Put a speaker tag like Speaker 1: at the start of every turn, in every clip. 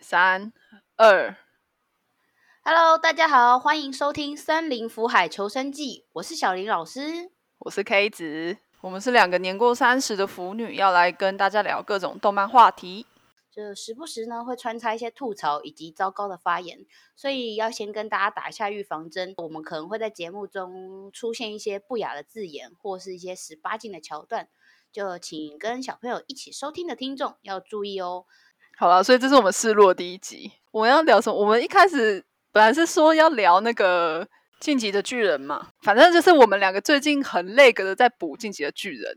Speaker 1: 三二，
Speaker 2: Hello，大家好，欢迎收听《森林福海求生记》，我是小林老师。
Speaker 1: 我是 K 子，我们是两个年过三十的腐女，要来跟大家聊各种动漫话题。
Speaker 2: 这时不时呢会穿插一些吐槽以及糟糕的发言，所以要先跟大家打一下预防针。我们可能会在节目中出现一些不雅的字眼，或是一些十八禁的桥段，就请跟小朋友一起收听的听众要注意哦。
Speaker 1: 好了，所以这是我们试录的第一集。我们要聊什么？我们一开始本来是说要聊那个《晋级的巨人》嘛，反正就是我们两个最近很累格的在补《晋级的巨人》，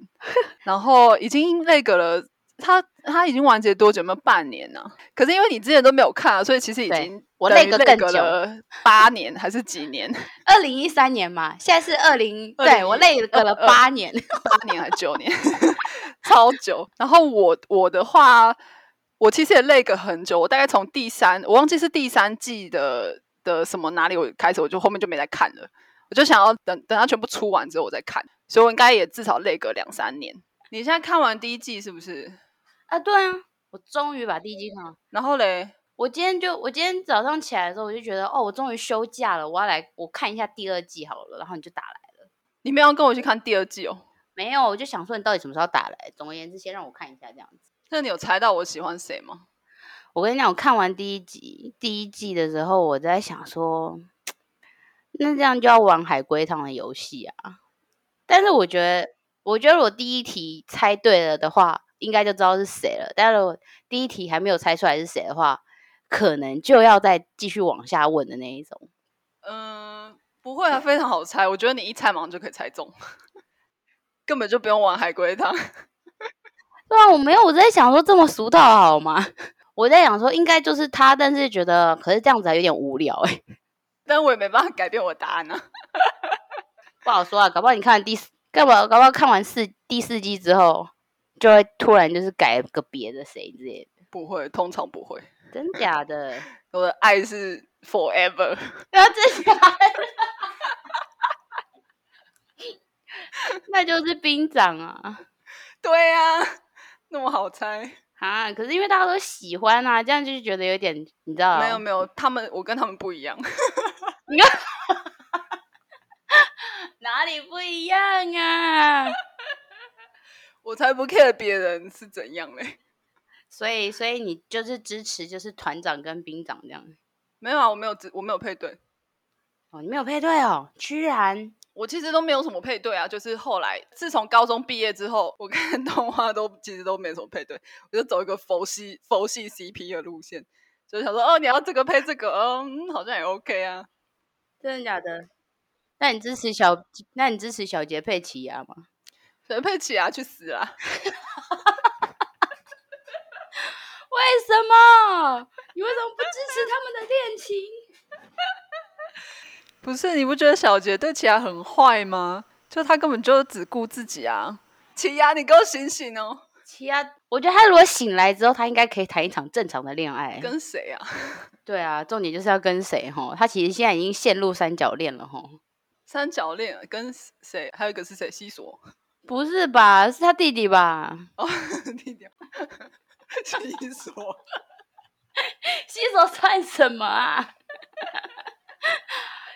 Speaker 1: 然后已经累格了。他他已经完结多久？有没有半年呢、可是因为你之前都没有看啊，所以其实已
Speaker 2: 对
Speaker 1: 经
Speaker 2: 我
Speaker 1: 等于
Speaker 2: 累格
Speaker 1: 累
Speaker 2: 更
Speaker 1: 格
Speaker 2: 久
Speaker 1: 了八年还是几年？
Speaker 2: 二零一三年嘛，现在是二零，对我
Speaker 1: 2012
Speaker 2: 累了了八 年。
Speaker 1: 八年还九年， 超久。然后我我的话，我其实也累个很久，我大概从第三，我忘记是第三季的的什么哪里我开始，我就后面就没再看了。我就想要等等它全部出完之后我再看，所以我应该也至少累个两三年。你现在看完第一季是不是？
Speaker 2: 啊，对啊，我终于把第一季看完。
Speaker 1: 然后嘞，
Speaker 2: 我今天就我今天早上起来的时候，我就觉得哦，我终于休假了，我要来我看一下第二季好了。然后你就打来，
Speaker 1: 你们要跟我去看第二季哦。
Speaker 2: 没有，我就想说你到底什么时候打来？总而言之，先让我看一下这样子。
Speaker 1: 那你有猜到我喜欢谁吗？
Speaker 2: 我跟你讲，我看完第一集第一季的时候，我在想说，那这样就要玩海龟汤的游戏啊。但是我觉得，我觉得我第一题猜对了的话，应该就知道是谁了。但是我第一题还没有猜出来是谁的话，可能就要再继续往下问的那一种。
Speaker 1: 嗯、不会啊，非常好猜。我觉得你一猜马上就可以猜中， 根本就不用玩海龟汤。
Speaker 2: 对啊，我没有，我在想说这么俗到好吗？ 我在想说应该就是他，但是觉得可是这样子还有点无聊哎、
Speaker 1: 但我也没办法改变我的答案啊。
Speaker 2: 不好说啊，搞不好你看完第四，搞不好搞不好看完四第四季之后，就会突然就是改个别的谁之类的，
Speaker 1: 不会，通常不会。
Speaker 2: 真假的？
Speaker 1: 我的爱是 forever。
Speaker 2: 然后真假的？ 那就是兵长啊
Speaker 1: 对呀、那么好猜？
Speaker 2: 啊！可是因为大家都喜欢啊，这样就是觉得有点，你知道
Speaker 1: 没有没有，他们我跟他们不一样。
Speaker 2: 哪里不一样啊？
Speaker 1: 我才不 care 别人是怎样嘞。
Speaker 2: 所以，所以你就是支持就是团长跟兵长这样
Speaker 1: 没有啊，我没有只，我没有配对。
Speaker 2: 哦，你没有配对哦，居然
Speaker 1: 我其实都没有什么配对啊，就是后来自从高中毕业之后，我看动画都其实都没什么配对，我就走一个佛系佛系 CP 的路线，就想说哦，你要这个配这个，哦嗯，好像也 OK 啊。
Speaker 2: 真的假的？那你支持小，那你支持小杰佩奇亚吗？
Speaker 1: 谁配起啊？去死啊！
Speaker 2: 为什么？你为什么不支持他们的恋 情？
Speaker 1: 不是，你不觉得小杰对奇亚很坏吗？就他根本就只顾自己啊！奇亚，你给我醒醒哦！
Speaker 2: 其他，我觉得他如果醒来之后，他应该可以谈一场正常的恋爱。
Speaker 1: 跟谁啊？
Speaker 2: 对啊，重点就是要跟谁吼？他其实现在已经陷入三角恋了吼。
Speaker 1: 三角恋啊跟谁？还有一个是谁？西索
Speaker 2: 不是吧？是他弟弟吧？
Speaker 1: 哦， 弟弟，西索。
Speaker 2: 西索算什么啊？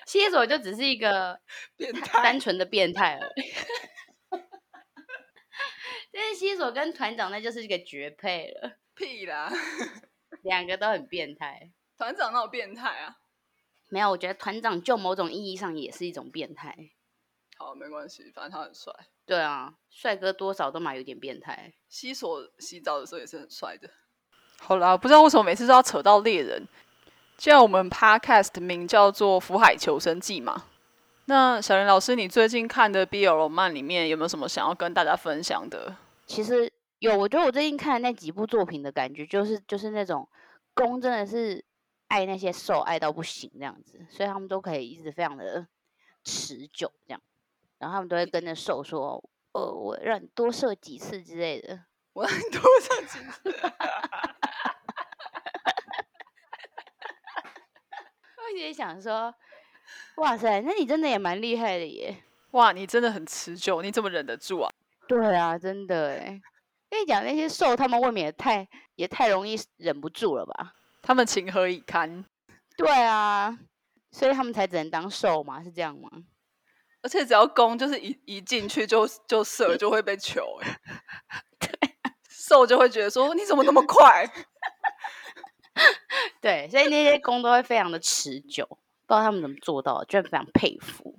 Speaker 2: 西索就只是一个
Speaker 1: 变态
Speaker 2: 单纯的变态而已。 但是西索跟团长那就是一个绝配了，
Speaker 1: 屁啦！
Speaker 2: 两个都很变态。
Speaker 1: 团长那种变态啊！
Speaker 2: 没有，我觉得团长就某种意义上也是一种变态。
Speaker 1: 好，没关系，反正他很帅。
Speaker 2: 对啊，帅哥多少都嘛有点变态。
Speaker 1: 西索洗澡的时候也是很帅的。好啦，不知道为什么每次都要扯到猎人。既然我们 podcast 名叫做《福海求生记》嘛，那小林老师，你最近看的 BL 浪漫里面有没有什么想要跟大家分享的？
Speaker 2: 其实有，我觉得我最近看的那几部作品的感觉，就是就是那种攻真的是爱那些受爱到不行这样子，所以他们都可以一直非常的持久这样，然后他们都会跟着受说，呃，我让你多射几次之类的。
Speaker 1: 我很多上几次，
Speaker 2: 我也想说，哇塞，那你真的也蛮厉害的耶。
Speaker 1: 哇，你真的很持久，你怎么忍得住啊？
Speaker 2: 对啊，真的哎。跟你讲，那些兽他们未免也太也太容易忍不住了吧？
Speaker 1: 他们情何以堪？
Speaker 2: 对啊，所以他们才只能当兽嘛，是这样吗？
Speaker 1: 而且只要攻，就是一一进去就就射，就会被球、欸。 兽就会觉得说：“你怎么那么快
Speaker 2: 对，所以那些工都会非常的持久，不知道他们怎么做到的，居然非常佩服。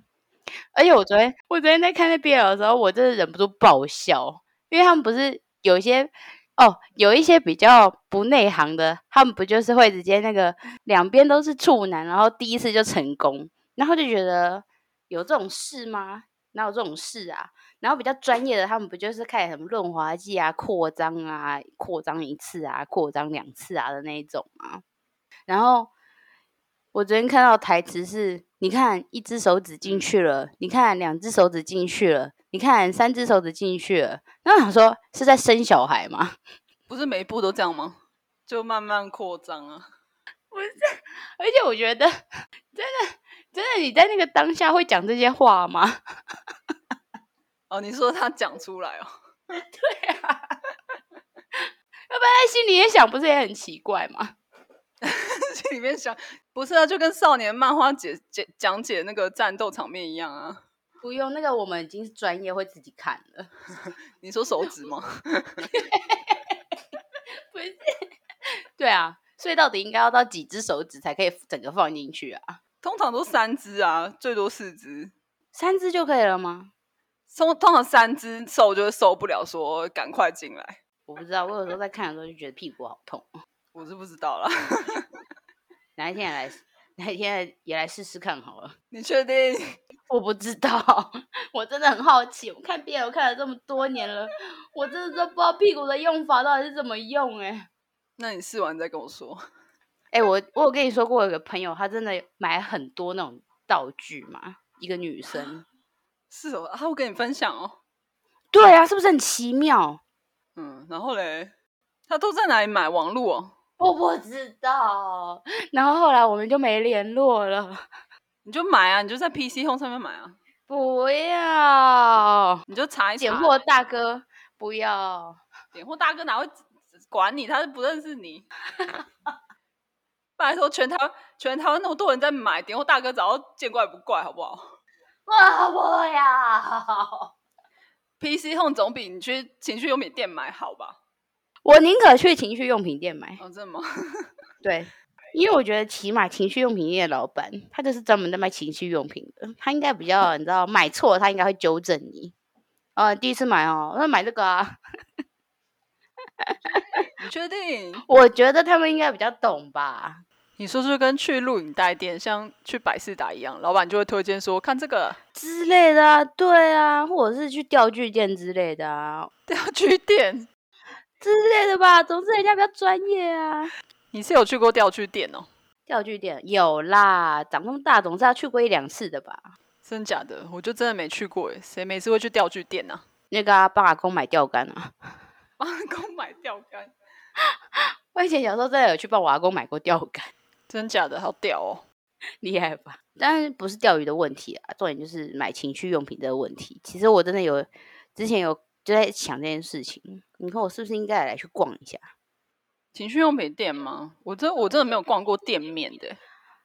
Speaker 2: 而且我昨天，我昨天在看那 BL 的时候，我真的忍不住爆笑，因为他们不是有一些哦，有一些比较不内行的，他们不就是会直接那个两边都是处男，然后第一次就成功，然后就觉得有这种事吗？哪有这种事啊？然后比较专业的，他们不就是看什么润滑剂啊、扩张啊、扩张一次啊、扩张两次啊的那一种啊。然后我昨天看到台词是：你看一只手指进去了，你看两只手指进去了，你看三只手指进去了。然后想说是在生小孩吗？？”
Speaker 1: 不是每一步都这样吗？就慢慢扩张啊。
Speaker 2: 而且我觉得真的真的你在那个当下会讲这些话吗？
Speaker 1: 哦，你说他讲出来哦，
Speaker 2: 在心里也想，不是也很奇怪吗？
Speaker 1: 心里面想，不是啊，就跟少年漫画解解讲解那个战斗场面一样啊。
Speaker 2: 不用那个，我们已经是专业会自己看了。
Speaker 1: 你说手指吗？
Speaker 2: 不是， 对啊，所以到底应该要到几只手指才可以整个放进去啊？
Speaker 1: 通常都三只啊，最多四只。
Speaker 2: 三只就可以了吗？
Speaker 1: 通通常三只受就会受不了，说赶快进来。
Speaker 2: 我不知道，我有时候在看的时候就觉得屁股好痛，
Speaker 1: 我是不知道啦，
Speaker 2: 哪一天也来，哪一天也来试试看好了。
Speaker 1: 你确定？
Speaker 2: 我不知道， 我真的很好奇。我看 BL 看了这么多年了，我真的都不知道屁股的用法到底是怎么用哎、欸。
Speaker 1: 那你试完再跟我说。
Speaker 2: 哎、我我有跟你说过，有个朋友他真的买很多那种道具嘛，一个女生。
Speaker 1: 是哦，他会跟你分享哦。
Speaker 2: 对啊，是不是很奇妙？
Speaker 1: 嗯，然后嘞，他都在哪里买网络哦？
Speaker 2: 我不知道。然后后来我们就没联络了。
Speaker 1: 你就买啊，你就在 PC Home 上面买啊，
Speaker 2: 不要，
Speaker 1: 你就查一查。
Speaker 2: 捡货大哥，不 要。
Speaker 1: 点货大哥哪会管你？他是不认识你。 拜托，全台全台湾那么多人在买，点货大哥早就见怪不怪，好不好
Speaker 2: 我不要。
Speaker 1: ？PC Home 总比你去情趣用品店买好吧？
Speaker 2: 我宁可去情趣用品店买。
Speaker 1: 哦，真的吗？
Speaker 2: 对，因为我觉得起码情趣用品店的老板，他就是专门在卖情趣用品的，他应该比较，你知道，买错他应该会纠正你。呃，第一次买哦，那买这个啊，
Speaker 1: 你确定？
Speaker 2: 我觉得他们应该比较懂吧。
Speaker 1: 你说就跟去录影带店，像去百事达一样，老板就会推荐说看这个
Speaker 2: 之类的啊，对啊，或者是去钓具店之类的啊
Speaker 1: 钓具店。
Speaker 2: 之类的吧。总之人家比较专业啊。
Speaker 1: 你是有去过钓具店哦？
Speaker 2: 钓具店有啦，长那么大总是要去过一两次的吧。
Speaker 1: 真假的？我就真的没去过诶，谁每次会去钓具店 呢、啊？
Speaker 2: 那个啊，帮阿公买钓竿啊。
Speaker 1: 帮阿公买钓竿，
Speaker 2: 我以前小时候真的有去帮我阿公买过钓竿，
Speaker 1: 真假的？好屌哦！
Speaker 2: 厉害吧？但是不是钓鱼的问题啊，重点就是买情趣用品这个问题。其实我真的有之前有就在想这件事情，你看我是不是应该也来去逛一下？
Speaker 1: 情趣用品店吗？我真我真的没有逛过店面的，欸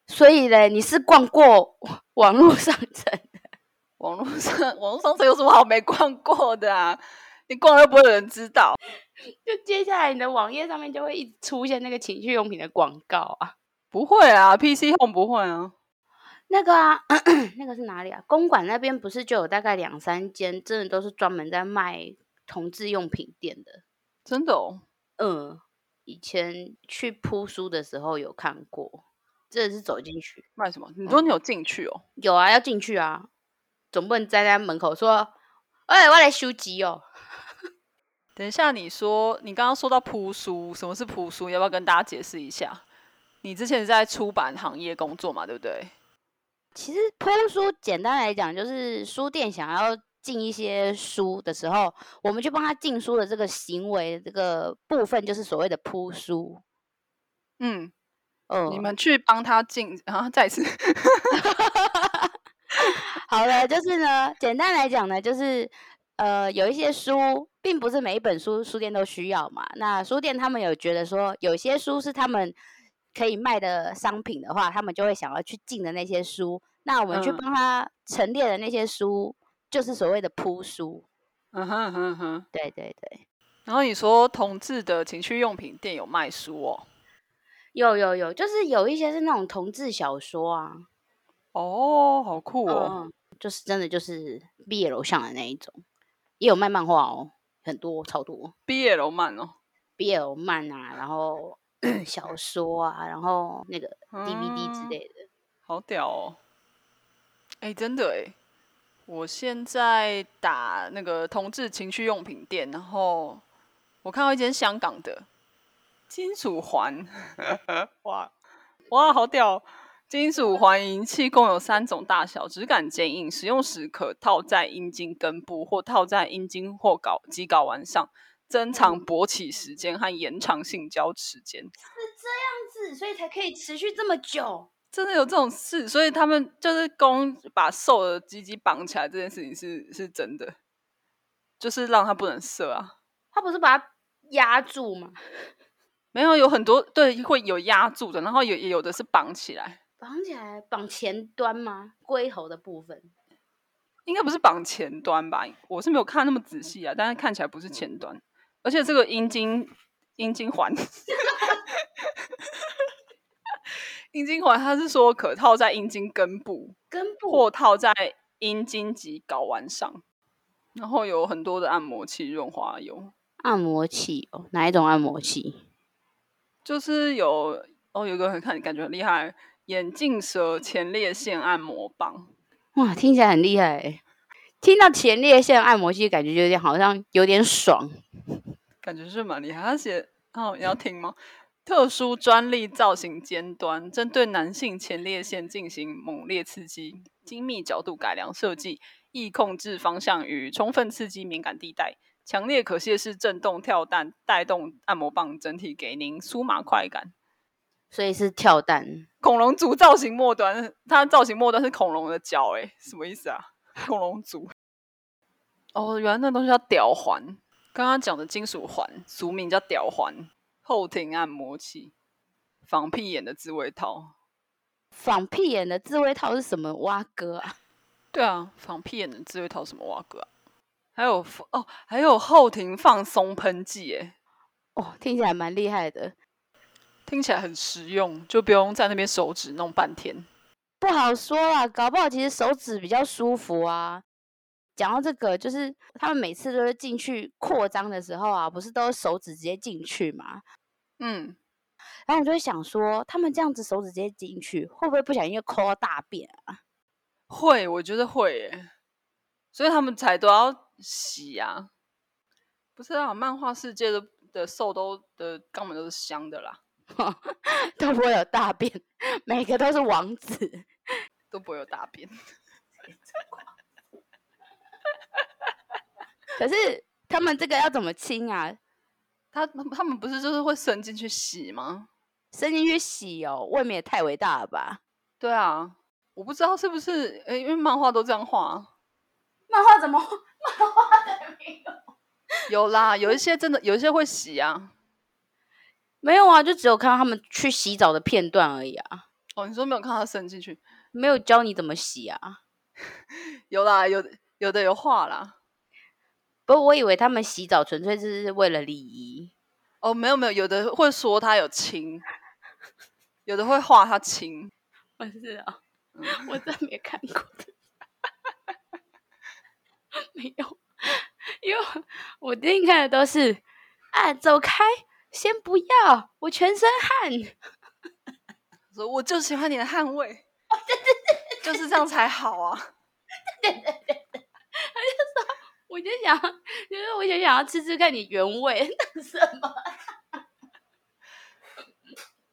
Speaker 2: 所以嘞，你是逛过网 络商城？
Speaker 1: 网络上网络商城有什么好没逛过的啊？你逛了又不会有人知道。
Speaker 2: 就接下来你的网页上面就会一直出现那个情趣用品的广告啊，
Speaker 1: 不会啊，PC Home 不会啊。
Speaker 2: 那个啊， 那个是哪里啊？公馆那边不是就有大概两三间，真的都是专门在卖同志用品店的。
Speaker 1: 真的哦，
Speaker 2: 嗯，以前去铺书的时候有看过，真的是走进去
Speaker 1: 卖什么？你说你有进去哦？
Speaker 2: 有啊，要进去啊，总不能站在门口说，哎、我来收集哦。
Speaker 1: 等一下，你说你刚刚说到铺书，什么是铺书？要不要跟大家解释一下？你之前是在出版行业工作嘛，对不对？
Speaker 2: 其实铺书简单来讲，就是书店想要进一些书的时候，我们去帮他进书的这个行为，这个部分就是所谓的铺书。
Speaker 1: 嗯，
Speaker 2: 嗯，
Speaker 1: 你们去帮他进啊，再一 次
Speaker 2: 好了，就是呢，简单来讲呢，就是呃，有一些书，并不是每一本书书店都需要嘛。那书店他们有觉得说，有些书是他们可以卖的商品的话，他们就会想要去进的那些书，那我们去
Speaker 1: 嗯
Speaker 2: 帮他陈列的那些书，就是所谓的铺书。
Speaker 1: 嗯哼嗯哼嗯哼。
Speaker 2: 对对对，
Speaker 1: 然后你说同志的情趣用品店有卖书哦？
Speaker 2: 有有有，就是有一些是那种同志小说啊，
Speaker 1: 哦，好酷哦！
Speaker 2: 嗯，就是真的就是毕业楼上的那一种，也有卖漫画哦，很多超多。
Speaker 1: 毕业楼漫哦
Speaker 2: BL 漫啊，然后 小说啊，然后那个 DVD 之
Speaker 1: 嗯
Speaker 2: 类的。
Speaker 1: 好屌哦！哎，真的哎，我现在打那个同志情趣用品店，然后我看到一间香港的金属 环，哇哇，好屌！哦金属环银器共有三种大小，质感坚硬，使用时可套在阴茎根部或套在阴茎或睾及睾丸上，增长勃起时间和延长性交时间。
Speaker 2: 这样子，所以才可以持续这么久。
Speaker 1: 真的有这种事，所以他们就是公把瘦的鸡鸡绑起来这件事情是是真的，就是让他不能射啊。
Speaker 2: 他不是把它压住吗？
Speaker 1: 没有，有很多对会有压住的，然后有也有的是绑起来，
Speaker 2: 绑起来，绑前端吗？龟头的部分。
Speaker 1: 应该不是绑前端吧？我是没有看那么仔细啊，但是看起来不是前端，而且这个阴茎阴茎环， 阴茎环，它是说可套在阴茎根部，
Speaker 2: 根部
Speaker 1: 或套在阴茎及睾丸上，然后有很多的按摩器、润滑油，
Speaker 2: 按摩器哦，哪一种按摩器？
Speaker 1: 就是有哦，有一个很看感觉很厉害，眼镜蛇前列腺按摩棒，
Speaker 2: 哇，听起来很厉害欸。听到前列腺按摩器，感觉有点好像有点爽。
Speaker 1: 感觉是蛮厉害。他写哦，你要听吗？特殊专利造型尖端，针对男性前列腺进行猛烈刺激，精密角度改良设计，易控制方向与充分刺激敏感地带。强烈可亵式震动跳蛋带动按摩棒，整体给您酥麻快感。
Speaker 2: 所以是跳蛋，
Speaker 1: 恐龙族造型末端，它造型末端是恐龙的脚，哎，什么意思啊？恐龙族。哦，原来那东西叫吊环，刚刚讲的金属环，俗名叫吊环，后庭按摩器，仿屁眼的自慰套。
Speaker 2: 仿屁眼的自慰套是什么蛙哥啊？
Speaker 1: 对啊，仿屁眼的自慰套什么哇哥啊？还有哦，还有后庭放松喷剂，哎，
Speaker 2: 哦，听起来蛮厉害的。
Speaker 1: 听起来很实用，就不用在那边手指弄半天。
Speaker 2: 不好说啦，搞不好其实手指比较舒服啊。讲到这个，就是他们每次都是进去扩张的时候啊，不是都是手指直接进去嘛？
Speaker 1: 嗯，
Speaker 2: 然后我就会想说，他们这样子手指直接进去，会不会不小心就抠到大便啊？
Speaker 1: 会，我觉得会耶，所以他们才都要洗啊。不是啊，漫画世界的的兽都的肛门都是香的啦，
Speaker 2: 都不会有大便，每个都是王子。
Speaker 1: 都不会有大便。
Speaker 2: 可是他们这个要怎么清啊？
Speaker 1: 他他们不是就是会伸进去洗吗？
Speaker 2: 伸进去洗哦，未免也太伟大了吧？
Speaker 1: 对啊，我不知道是不是，诶因为漫画都这样画啊、
Speaker 2: 漫画怎么 漫画的没有？
Speaker 1: 有啦，有一些真的有一些会洗啊。
Speaker 2: 没有啊，就只有看到他们去洗澡的片段而已啊。
Speaker 1: 哦，你说没有看到他伸进去？
Speaker 2: 没有教你怎么洗啊。
Speaker 1: 有啦，有的有的有画啦。
Speaker 2: 不过我以为他们洗澡纯粹就是为了礼仪。
Speaker 1: 哦，没有没有，有的会说他有亲，有的会画他亲。
Speaker 2: 我是啊，我真没看过的， 没有，因为我最近看的都是啊，走开，先不要，我全身汗。
Speaker 1: 说我就喜欢你的汗味， 就是这样才好啊！
Speaker 2: 我就想，就是我就想要吃吃看你原味， 那什么？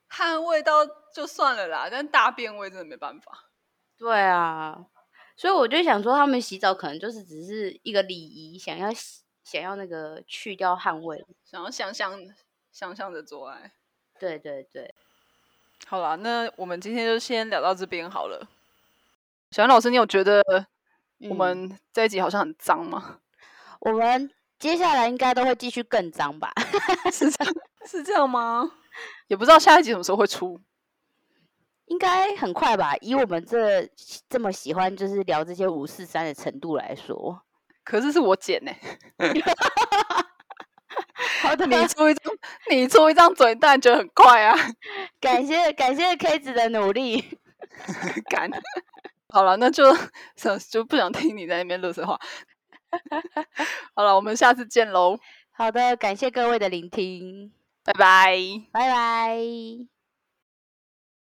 Speaker 1: 汗味道就算了啦，但大便味真的没办法。
Speaker 2: 对啊，所以我就想说，他们洗澡可能就是只是一个礼仪，想要洗想要那个去掉汗味。
Speaker 1: 想要香香香香的做爱。
Speaker 2: 对对对，
Speaker 1: 好啦，那我们今天就先聊到这边好了。小安老师，你有觉得我
Speaker 2: 嗯
Speaker 1: 们这一集好像很脏吗？
Speaker 2: 我们接下来应该都会继续更脏吧？
Speaker 1: 是这样是这样吗？也不知道下一集什么时候会出。
Speaker 2: 应该很快吧？以我们这这么喜欢就是聊这些五四三的程度来说，
Speaker 1: 可是是我剪欸呢、
Speaker 2: 好 的，
Speaker 1: 你出一张，你出一张嘴，当然觉得很快啊，
Speaker 2: 感谢感谢 K 子的努力。
Speaker 1: 干。 好了，那就想就不想听你在那边乐色话。 好了，我们下次见喽，
Speaker 2: 好的，感谢各位的聆听，
Speaker 1: 拜拜。
Speaker 2: 拜拜。